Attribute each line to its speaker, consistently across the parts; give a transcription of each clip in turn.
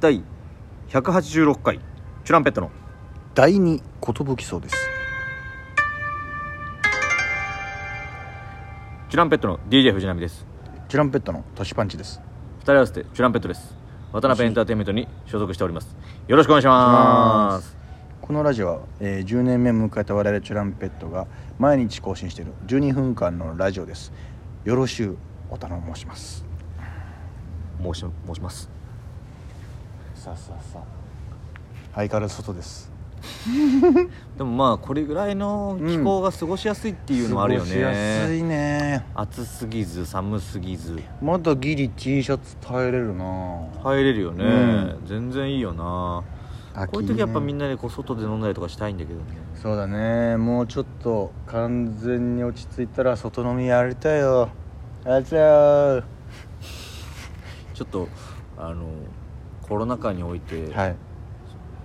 Speaker 1: 第186回チュランペットの
Speaker 2: 第二寿そうです
Speaker 1: チュランペットの DJ 藤波です
Speaker 2: チュランペットのトシパンチです
Speaker 1: 二人合わせてチュランペットです渡辺エンターテインメントに所属しておりますよろしくお願いします
Speaker 2: このラジオは、えー10年目を迎えた我々チュランペットが毎日更新している12分間のラジオですよろしゅうお頼申します
Speaker 1: 申し申します
Speaker 2: さあさあさあ相変わらず外です
Speaker 1: でもまあこれぐらいの気候が過ごしやすいっていうのはあるよ
Speaker 2: 過ごしやす
Speaker 1: ね、
Speaker 2: いね
Speaker 1: 暑すぎず寒すぎず
Speaker 2: まだギリ T シャツ耐えれるな
Speaker 1: 入れるよね、
Speaker 2: う
Speaker 1: 全然いいよなこういう時やっぱみん
Speaker 2: な
Speaker 1: なでこう外で飲んだりとかしたいんだけどね
Speaker 2: そうだねもうちょっと完全に落ち着いたら外飲みやりたいよやりたいよ
Speaker 1: ちょっとあのコロナ禍において、
Speaker 2: はい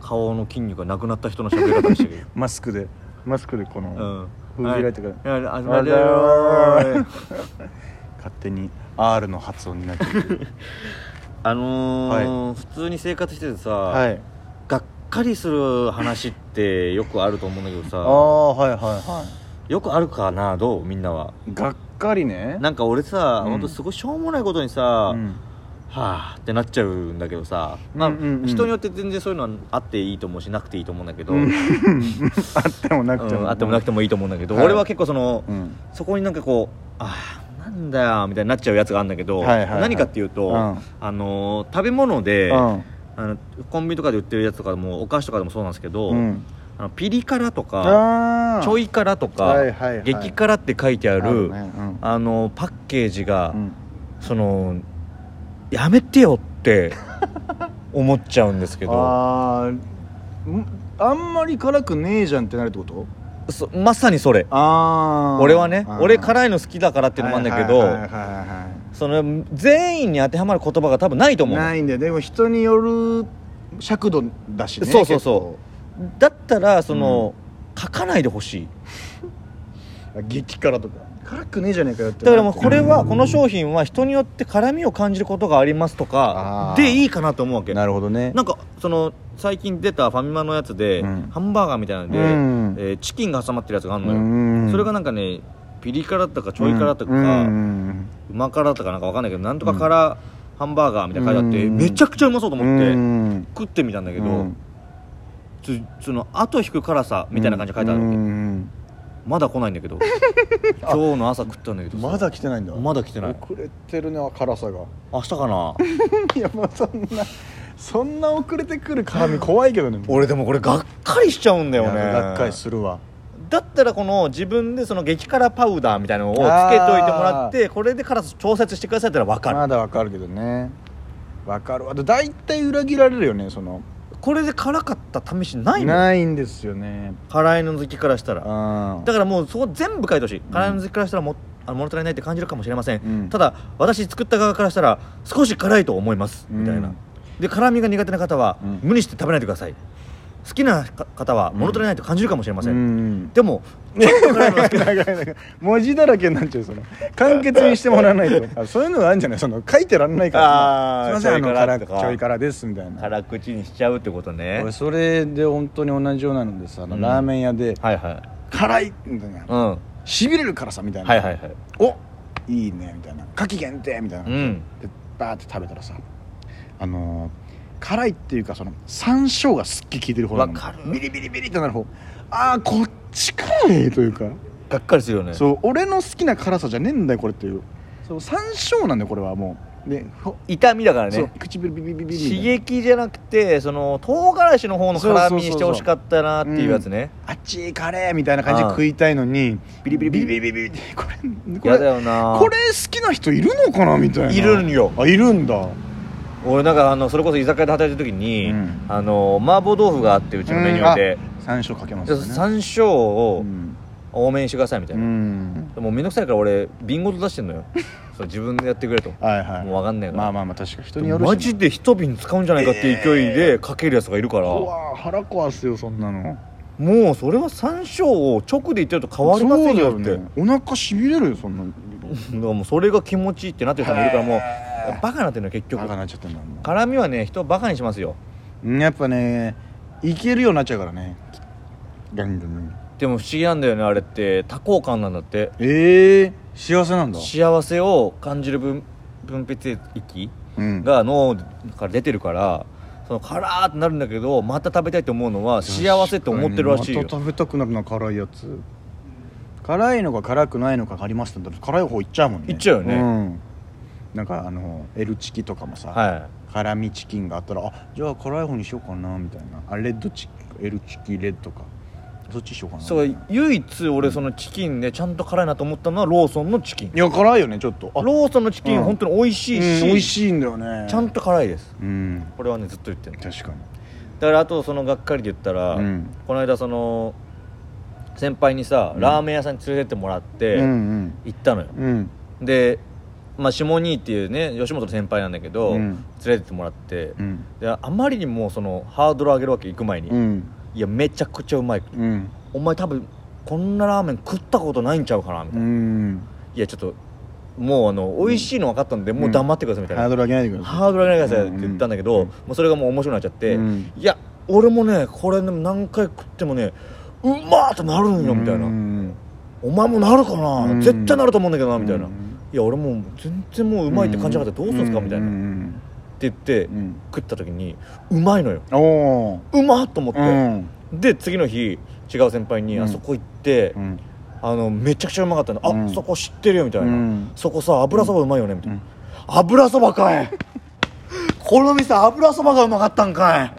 Speaker 1: 顔の筋肉がなくなった人の喋り方でしたけど
Speaker 2: マスクでマスクでこの、
Speaker 1: うん
Speaker 2: 封じられてから
Speaker 1: はいあ
Speaker 2: あ
Speaker 1: あ
Speaker 2: れ
Speaker 1: れ
Speaker 2: ー
Speaker 1: よ
Speaker 2: 勝手に R の発音になってる
Speaker 1: あのー普通に生活しててさ、
Speaker 2: はい
Speaker 1: がっかりする話ってよくあると思うんだけど
Speaker 2: あ
Speaker 1: さ
Speaker 2: あはいはいは
Speaker 1: よくあるかなどうみんなはい
Speaker 2: がっかりね
Speaker 1: なんか俺さ、
Speaker 2: うん
Speaker 1: ほんとすごいしょうもないことにさ、
Speaker 2: うん
Speaker 1: はあってなっちゃうんだけどさ、まあ
Speaker 2: うんうんうん
Speaker 1: 人によって全然そういうのはあっていいと思うしなくていいと思うんだけど、
Speaker 2: うん あってもなくて
Speaker 1: う
Speaker 2: も
Speaker 1: んあってもなくてもいいと思うんだけど、
Speaker 2: はい
Speaker 1: 俺は結構その、
Speaker 2: うん
Speaker 1: そこになんかこうああなんだよみたいになっちゃうやつがあるんだけど、
Speaker 2: はいはいはい
Speaker 1: 何かっていうと、
Speaker 2: うん
Speaker 1: あのー食べ物で、
Speaker 2: うん
Speaker 1: あのコンビニとかで売ってるやつとかでもお菓子とかでもそうなんですけど、
Speaker 2: うん
Speaker 1: あのピリ辛とか
Speaker 2: あー
Speaker 1: ちょい辛とか、
Speaker 2: はいはいはい
Speaker 1: 激辛って書いてあ
Speaker 2: あ
Speaker 1: るあ
Speaker 2: るねうん
Speaker 1: のパッケージが、
Speaker 2: うん
Speaker 1: そのやめてよって 思っちゃうんですけど
Speaker 2: あーんあんまり辛くねえじゃんってなるってこと
Speaker 1: そまさにそれ
Speaker 2: ああ
Speaker 1: 俺はね俺
Speaker 2: っ
Speaker 1: 辛いの好きだからっていうのもあるんだけど、その全員に当てはまる言葉が多分ないと思うの
Speaker 2: ないんだよでも人による尺度だしね
Speaker 1: そうそうそうだったらその、書かないでほしい
Speaker 2: 結構激辛とか辛くねえじゃねえかよって
Speaker 1: だからもう
Speaker 2: なって
Speaker 1: これはこの商品は人によって辛みを感じることがありますとか
Speaker 2: あー
Speaker 1: でいいかなと思うわけな
Speaker 2: なるほどね
Speaker 1: んかその最近出たファミマのやつで、
Speaker 2: うん
Speaker 1: ハンバーガーみたいなので、
Speaker 2: うん
Speaker 1: えーチキンが挟まってるやつがあるのよ、
Speaker 2: そ
Speaker 1: それがなんかねピリ辛だったかちょい辛だったか、うま辛だったかなんかわかんないけどなんとか辛ハンバーガーみたいなの書いてあって、
Speaker 2: うん
Speaker 1: めちゃくちゃうまそうと思って、
Speaker 2: 思
Speaker 1: 食ってみたんだ
Speaker 2: だ
Speaker 1: けど、つその後引く辛さみたいな感じで書いてあるわけ、まだ来ないんだ けど今日の朝食ったんだけどさ
Speaker 2: まだ来てないんだ
Speaker 1: まだ来てない
Speaker 2: 遅れてるね辛さが
Speaker 1: 明日かない
Speaker 2: やまあそんなそんな遅れてくる辛み怖いけどね
Speaker 1: 俺でもこれがっかりしちゃうんだ
Speaker 2: だ
Speaker 1: よね
Speaker 2: がっかりするわ
Speaker 1: だったらこの自分でその激辛パウダーみたいなのをつけといてもらってこれで辛さ調節してくださいってのは分かる、
Speaker 2: まだわかるけどねわかるわで大体裏切られるよねその
Speaker 1: これで辛かった試しないもん
Speaker 2: ないんですよね
Speaker 1: 辛いの好きからしたら
Speaker 2: あ
Speaker 1: だからもうそこ全部書いてほしい辛いの好きからしたらも、あの物足りないって感じるかもしれません、
Speaker 2: うん
Speaker 1: ただ私作った側からしたら少し辛いと思います、みたいな
Speaker 2: うん
Speaker 1: で辛みが苦手な方は、
Speaker 2: うん
Speaker 1: 無理して食べないでください好きなか方は物足りないと感じるかもしれません、
Speaker 2: ん
Speaker 1: でもちょっと辛いのが好き
Speaker 2: 長い長い文字だらけになっちゃうその簡潔にしてもらわないとあ そういうのがあるんじゃないその書いてらんないか
Speaker 1: あ
Speaker 2: ら
Speaker 1: ー
Speaker 2: すいません
Speaker 1: ちょい
Speaker 2: あの
Speaker 1: 辛
Speaker 2: 辛
Speaker 1: とか
Speaker 2: ちょい辛ですみたいな
Speaker 1: 辛口にしちゃうってことね
Speaker 2: 俺それで本当に同じようなのでさあの
Speaker 1: うん
Speaker 2: ラーメン屋で
Speaker 1: はいはい
Speaker 2: 辛いみたいな
Speaker 1: うんは
Speaker 2: しびれる辛さみたい
Speaker 1: い
Speaker 2: な
Speaker 1: はいはい
Speaker 2: おいいねみたいな夏季限定みたいな
Speaker 1: うん
Speaker 2: でバーって食べたらさあのー辛いっていうかその山椒がすっきり効いてる方なの
Speaker 1: わかる
Speaker 2: ビリビリビリってなる方ああこっちかいというか
Speaker 1: がっかりするよね
Speaker 2: そう俺の好きな辛さじゃねえんだよこれっていうそう山椒なんだよこれはもうでほ
Speaker 1: 痛みだから
Speaker 2: そう
Speaker 1: ね
Speaker 2: 唇ビリビリビリ
Speaker 1: 刺激じゃなくてその唐辛子の方の辛みにしてほしかったなっていうやつね
Speaker 2: あっちカレーみたいな感じで
Speaker 1: うん
Speaker 2: 食いたいのに
Speaker 1: ビリビリビリ
Speaker 2: ビリビリビリこれこ
Speaker 1: やだ
Speaker 2: れ
Speaker 1: よな
Speaker 2: これ好きな人いるのかなみたいない
Speaker 1: るんよ
Speaker 2: あいるんだ
Speaker 1: 俺なんかあのそれこそ居酒屋で働いてる時に、
Speaker 2: うん
Speaker 1: あの麻婆豆腐があってうちのメニューで、
Speaker 2: 山椒かけま
Speaker 1: じゃあ
Speaker 2: すね
Speaker 1: 山椒
Speaker 2: う
Speaker 1: を
Speaker 2: ん
Speaker 1: 多めにしてくださいみたいうな、
Speaker 2: ん
Speaker 1: でもうめんどくさいから俺瓶ごと出してん のよそう自分でやってくれとも
Speaker 2: はいはいう
Speaker 1: 分かんないから、
Speaker 2: まあまあまあ確かに人によるし
Speaker 1: マジで一瓶使うんじゃないかっていう勢いでかけるやつがいるから、
Speaker 2: うわ腹壊すよそんなの
Speaker 1: もうそれは山椒を直で言ってると変わりませんよって
Speaker 2: そうだねお腹しびれるよそんなの
Speaker 1: だからもうそれが気持ちいいってなってる人もいるからもう
Speaker 2: え
Speaker 1: バカなってんの結
Speaker 2: バ
Speaker 1: 局
Speaker 2: カになっちゃってんだも
Speaker 1: 絡みはね人をバカにしますよ
Speaker 2: ううんやっぱねいけるようになっちゃうからねガンガンガン
Speaker 1: でも不思議なんだよねあれって多幸感なんだって
Speaker 2: ええ幸せなんだ
Speaker 1: 幸せを感じる分分泌液
Speaker 2: うん
Speaker 1: が脳から出てるからそのカラーってなるんだけどまた食べたいと思うのは幸せって思ってるらしいよ
Speaker 2: また食べたくなるな辛いやつ辛いのか辛くないのかありましたんだって辛い方いっちゃうもんね
Speaker 1: いっちゃうよね
Speaker 2: んなんかあの L チキとかもさ、
Speaker 1: は
Speaker 2: 辛味チキンがあったらあじゃあ辛い方にしようかなみたいなあレッドチキ L チキレッドかそっちしようか
Speaker 1: い
Speaker 2: な
Speaker 1: そう
Speaker 2: みたいな
Speaker 1: 唯一俺そのチキンでちゃんと辛いなと思ったのはローソンのチキン
Speaker 2: いや辛いよねちょっとあ
Speaker 1: ローソンのチキ
Speaker 2: う
Speaker 1: ン
Speaker 2: ん
Speaker 1: 本当に美味しい
Speaker 2: うん
Speaker 1: し、
Speaker 2: 美味しいんだよね
Speaker 1: ちゃんと辛いです
Speaker 2: うん
Speaker 1: これはねずっと言ってる
Speaker 2: 確かに
Speaker 1: だからあとそのがっかりで言ったら、
Speaker 2: うん
Speaker 1: この間その先輩にさ
Speaker 2: うん
Speaker 1: ラーメン屋さんに連れてってもらって
Speaker 2: うん
Speaker 1: 行ったのよ、
Speaker 2: うんうん
Speaker 1: で、まあ、下兄っていうね吉本の先輩なんだけど、
Speaker 2: うん
Speaker 1: 連れてってもらって、
Speaker 2: うん
Speaker 1: であまりにもそのハードル上げるわけ行く前に、
Speaker 2: うん
Speaker 1: いやめちゃくちゃうまい
Speaker 2: うん
Speaker 1: お前多分こんなラーメン食ったことないんちゃうかなみたいな、
Speaker 2: うん
Speaker 1: いやちょっともうあの美味しいの分かったんで、もう黙ってくださいみたいな、
Speaker 2: ハードル上げないでください
Speaker 1: ハードル上げないでくださいって言ったんだけど、
Speaker 2: うん
Speaker 1: もうそれがもう面白くなっちゃって、
Speaker 2: うん
Speaker 1: いや俺もねこれね何回食ってもねうまーってなるんよみたいな、
Speaker 2: うん
Speaker 1: お前もなるかな、
Speaker 2: うん
Speaker 1: 絶対なると思うんだけどなみたいな、
Speaker 2: うん
Speaker 1: いや俺もう全然もううまいって感じなかったらどうするんですか、みたいな、
Speaker 2: う
Speaker 1: って
Speaker 2: ん
Speaker 1: 言って、
Speaker 2: うんうん
Speaker 1: 食った時にうまいのよ
Speaker 2: うんおお
Speaker 1: うまっと思って、
Speaker 2: うん
Speaker 1: で次の日違う先輩に、
Speaker 2: うん
Speaker 1: あそこ行って、
Speaker 2: うん
Speaker 1: あのめちゃくちゃうまかったの、
Speaker 2: うん
Speaker 1: あそこ知ってるよみたいな、
Speaker 2: うん
Speaker 1: そこさ油そばうまいよねみたいな、
Speaker 2: うん
Speaker 1: 油そばかいこの店油そばがうまかったんかい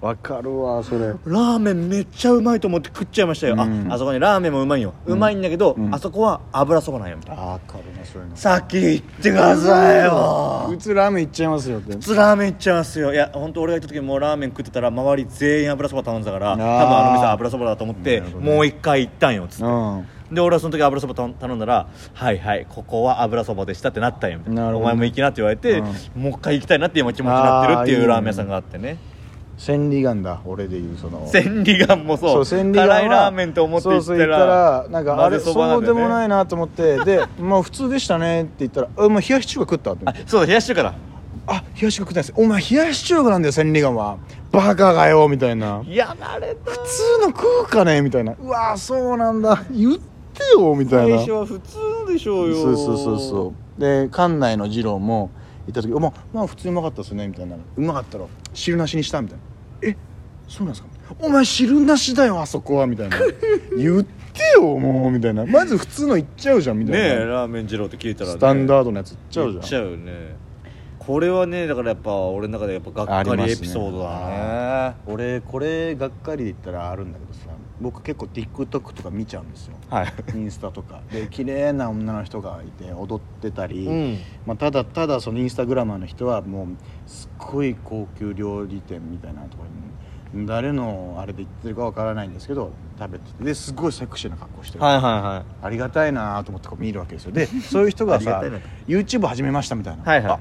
Speaker 2: わかるわそれ
Speaker 1: ラーメンめっちゃうまいと思って食っちゃいましたよ、
Speaker 2: うん
Speaker 1: ああそこにラーメンもうまいよ、うまいんだけど、
Speaker 2: うん
Speaker 1: あそこは油そばなんよみたいな
Speaker 2: あーわかるなそういうの
Speaker 1: さっき言ってくださいよ
Speaker 2: 普通ラーメンいっちゃいますよって
Speaker 1: 普通ラーメン行っちゃいますよいや本当俺が行った時もうラーメン食ってたら周り全員油そば頼んでたから
Speaker 2: あ
Speaker 1: 多
Speaker 2: ー
Speaker 1: 分あの店は油そばだと思って、
Speaker 2: なるほどね
Speaker 1: もう一回行ったんよつって
Speaker 2: うん
Speaker 1: で俺はその時油そば頼頼んだら「はいはいここは油そばでした」ってなったんよみたいな
Speaker 2: なるほ
Speaker 1: お
Speaker 2: ど
Speaker 1: 前も行きなって言われて、
Speaker 2: うん
Speaker 1: もう一回行きたいなって今気持ちになってるってい
Speaker 2: あー
Speaker 1: う
Speaker 2: い
Speaker 1: い
Speaker 2: い
Speaker 1: ラーメン屋さんがあってね
Speaker 2: 千里眼だ俺で言うその
Speaker 1: 千里眼もそう
Speaker 2: 千里眼は
Speaker 1: 辛いラーメンと思って行った
Speaker 2: そうそう
Speaker 1: ら
Speaker 2: 行ったらなんかあれ
Speaker 1: 混ぜそばな
Speaker 2: そ
Speaker 1: んだ
Speaker 2: うで
Speaker 1: よね
Speaker 2: もないなと思ってで「まあ普通でしたね」って言ったら「あもう冷やし中華食った」って
Speaker 1: あそうだ冷やし中華だ
Speaker 2: 「あ冷やし中華食ってないですお前冷やし中華なんだよ千里眼はバカがよ」みたいな
Speaker 1: やられた
Speaker 2: 普通の食うかねみたいな「うわーそうなんだ言ってよ」みたい
Speaker 1: 最
Speaker 2: な
Speaker 1: 初は普通でしょうよ
Speaker 2: そうそうそうそうで館内の二郎も行った時「おまあ、まあ普通にうまかったですね」みたいな「うまかったろ汁なしにした」みたいな「えそうなんですか?」お前汁なしだよあそこは」み たいな「言ってよもう」みたいなまず普通の行っちゃうじゃんみた
Speaker 1: ねえ
Speaker 2: いな、
Speaker 1: ラーメン二郎って聞いたら、ね、
Speaker 2: スタンダードのやつ行っちゃう
Speaker 1: 言っ
Speaker 2: じ
Speaker 1: ち
Speaker 2: ゃん
Speaker 1: ゃうねこれはねだからやっぱ俺の中でやっぱがっか
Speaker 2: ありま
Speaker 1: り
Speaker 2: す
Speaker 1: エ
Speaker 2: ね
Speaker 1: ピソードだ
Speaker 2: あ
Speaker 1: ね
Speaker 2: 俺これがっかりで言ったらあるんだけどさ僕結構 TikTok とか見ちゃうんですよ
Speaker 1: はい
Speaker 2: インスタとかで綺麗な女の人がいて踊ってたり、
Speaker 1: うん
Speaker 2: まあ、ただただそのインスタグラマーの人はもうすっごい高級料理店みたいなところに誰のあれで言ってるかわからないんですけど食べててですごいセクシーな格好してる、
Speaker 1: はいはいは
Speaker 2: ありがたいなと思ってこう見るわけです よでそういう人が
Speaker 1: あ
Speaker 2: さ
Speaker 1: りがたい
Speaker 2: YouTube 始めましたみたいな、
Speaker 1: いはいはい
Speaker 2: あ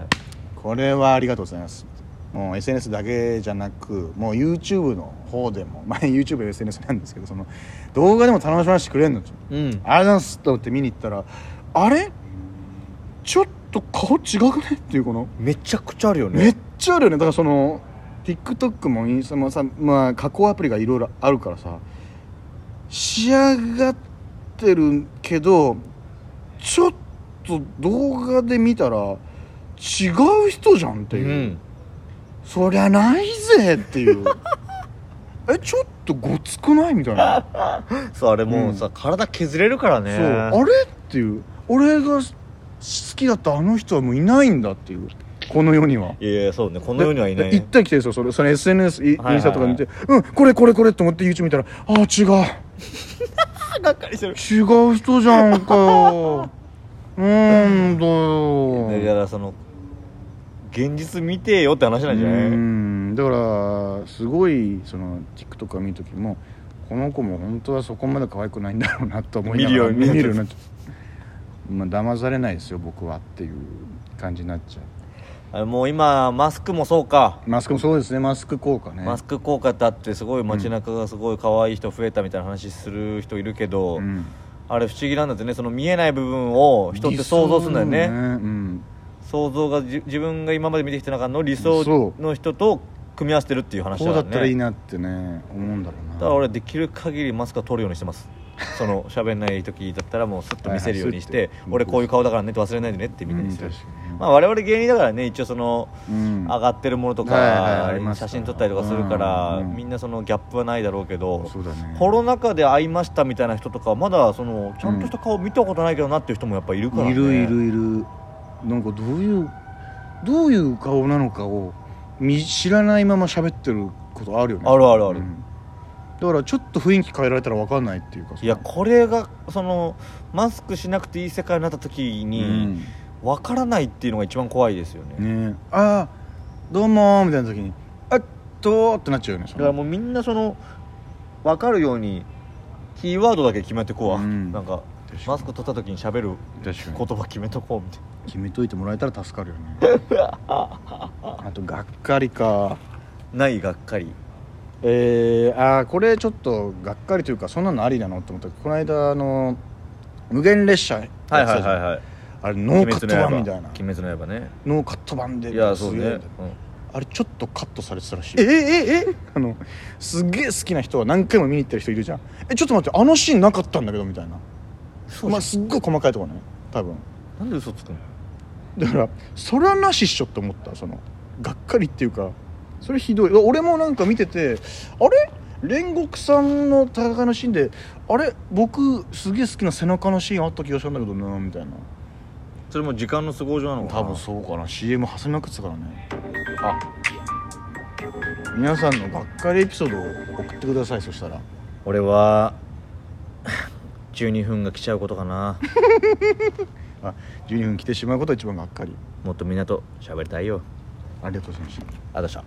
Speaker 2: これはありがとうございますもう SNS だけじゃなくもう YouTube の方でも前 YouTube や SNS なんですけどその動画でも楽しませてくれるの
Speaker 1: うん
Speaker 2: あれなんすと思って見に行ったらあれちょっと顔違くねっていうこの
Speaker 1: めちゃくちゃあるよ
Speaker 2: めっ
Speaker 1: ね
Speaker 2: ちゃあるよねだからその TikTok もインスタもさ、まあ、加工アプリがいろいろあるからさ仕上がってるけどちょっと動画で見たら違う人じゃんって
Speaker 1: う
Speaker 2: いう、
Speaker 1: ん
Speaker 2: そりゃないぜっていう えちょっとごつくないみたいな
Speaker 1: そうあれもうさ、体削れるからね
Speaker 2: そうあれっていう俺が好きだったあの人はもういないんだっていうこの世にはい
Speaker 1: やいやそうねこの世にはいない
Speaker 2: で行
Speaker 1: ね
Speaker 2: ったり来てるんですよそれその SNS インイン
Speaker 1: はいはいはい
Speaker 2: スタとか見て、うんこれこれこれと思って YouTube 見たらああ違う
Speaker 1: がっかりしてる
Speaker 2: 違う人じゃんかよ なんだよ
Speaker 1: だからその現実見てよって話なんじゃな
Speaker 2: う
Speaker 1: い
Speaker 2: んだからすごいその TikTok を見る時もこの子も本当はそこまで可愛くないんだろうなと思いなが
Speaker 1: 見るよ
Speaker 2: ら
Speaker 1: うになっちゃう
Speaker 2: うになっちゃうまあ騙されないですよ僕はっていう感じになっちゃう
Speaker 1: あれもう今マスクもそうか
Speaker 2: マスクもそうですねマスク効果ね
Speaker 1: マスク効果ってあってすごい街中がすごい可愛い人増えたみたいな話する人いるけど、
Speaker 2: うん
Speaker 1: あれ不思議なんだってねその見えない部分を人って想像するんだよね
Speaker 2: 理想うん
Speaker 1: 想像がじ自分が今まで見てきた中の理
Speaker 2: そ
Speaker 1: 想
Speaker 2: う
Speaker 1: の人と組み合わせてるっていう話だ
Speaker 2: こうだ
Speaker 1: よ
Speaker 2: っ
Speaker 1: ね
Speaker 2: たらいいなってね思うんだろうな
Speaker 1: だから俺できる限りマスクは取るようにして ますその喋んない時だったらもうスッと見せるようにし
Speaker 2: はい
Speaker 1: て
Speaker 2: はいスッと
Speaker 1: 俺こういう顔だからねって忘れないでねってみ
Speaker 2: うん
Speaker 1: な
Speaker 2: ん
Speaker 1: に
Speaker 2: 確
Speaker 1: す
Speaker 2: か
Speaker 1: る
Speaker 2: に、
Speaker 1: まあ、我々芸人だからね一応その
Speaker 2: うん
Speaker 1: 上がってるものとか、
Speaker 2: はいはいありますか
Speaker 1: 写
Speaker 2: ら
Speaker 1: 真撮ったりとかするから、
Speaker 2: うんうん
Speaker 1: みんなそのギャップはないだろうけど
Speaker 2: そうだね
Speaker 1: コロナ禍で会いましたみたいな人とかまだそのちゃんとした顔見たことないけどなっていう人もやっぱいるから、ね、
Speaker 2: いるいるいるなんかどういうどういう顔なのかを見知らないまま喋ってることあるよね
Speaker 1: あるあるある
Speaker 2: うんだからちょっと雰囲気変えられたら分かんないっていうかさ
Speaker 1: いやこれがそのマスクしなくていい世界になった時
Speaker 2: う
Speaker 1: に
Speaker 2: ん
Speaker 1: わからないっていうのが一番怖いですよね
Speaker 2: ねああどうもーみたいな時にあっとーってなっちゃうよねそ
Speaker 1: だか
Speaker 2: の
Speaker 1: らもうみんなそのわかるようにキーワードだけ決めてこうわ、
Speaker 2: うん
Speaker 1: なんか
Speaker 2: 確かに
Speaker 1: マスク取った時に喋る
Speaker 2: 確かに
Speaker 1: 言葉決めとこうみたいな
Speaker 2: 決めといてもらえたら助かるよ ねあとがっかりか
Speaker 1: ないがっかり
Speaker 2: えー、あーこれちょっとがっかりというかそんなのありなのと思ったこの間あの無限列車やってたじゃん
Speaker 1: はい
Speaker 2: あれ
Speaker 1: 「
Speaker 2: ノーカット版みたいな
Speaker 1: 鬼滅の刃」ね
Speaker 2: ノーカット版で
Speaker 1: いやそう
Speaker 2: すげ
Speaker 1: ね
Speaker 2: え、あれちょっとカットされてたらしい
Speaker 1: えええ
Speaker 2: あのすげえ好きな人は何回も見に行ってる人いるじゃんえちょっと待ってあのシーンなかったんだけどみたいな
Speaker 1: そうじ
Speaker 2: ま
Speaker 1: ゃ
Speaker 2: あ
Speaker 1: ん
Speaker 2: すっごい細かいところね多分
Speaker 1: なんで嘘つくの
Speaker 2: だからそれはなしっしょって思ったそのがっかりっていうかそれひどい俺もなんか見ててあれ煉獄さんの戦いのシーンであれ僕すげえ好きな背中のシーンあった気がしたんだけどなみたいな
Speaker 1: それも時間の都合上なのかな
Speaker 2: 多分そうかな CM 挟みまくってたからねあ皆さんのがっかりエピソードを送ってくださいそしたら
Speaker 1: 俺は 12分が来ちゃうことかな
Speaker 2: あ12分来てしまうことが一番がっかり
Speaker 1: もっとみんなと喋りたいよ
Speaker 2: ありがとうございました
Speaker 1: あどうした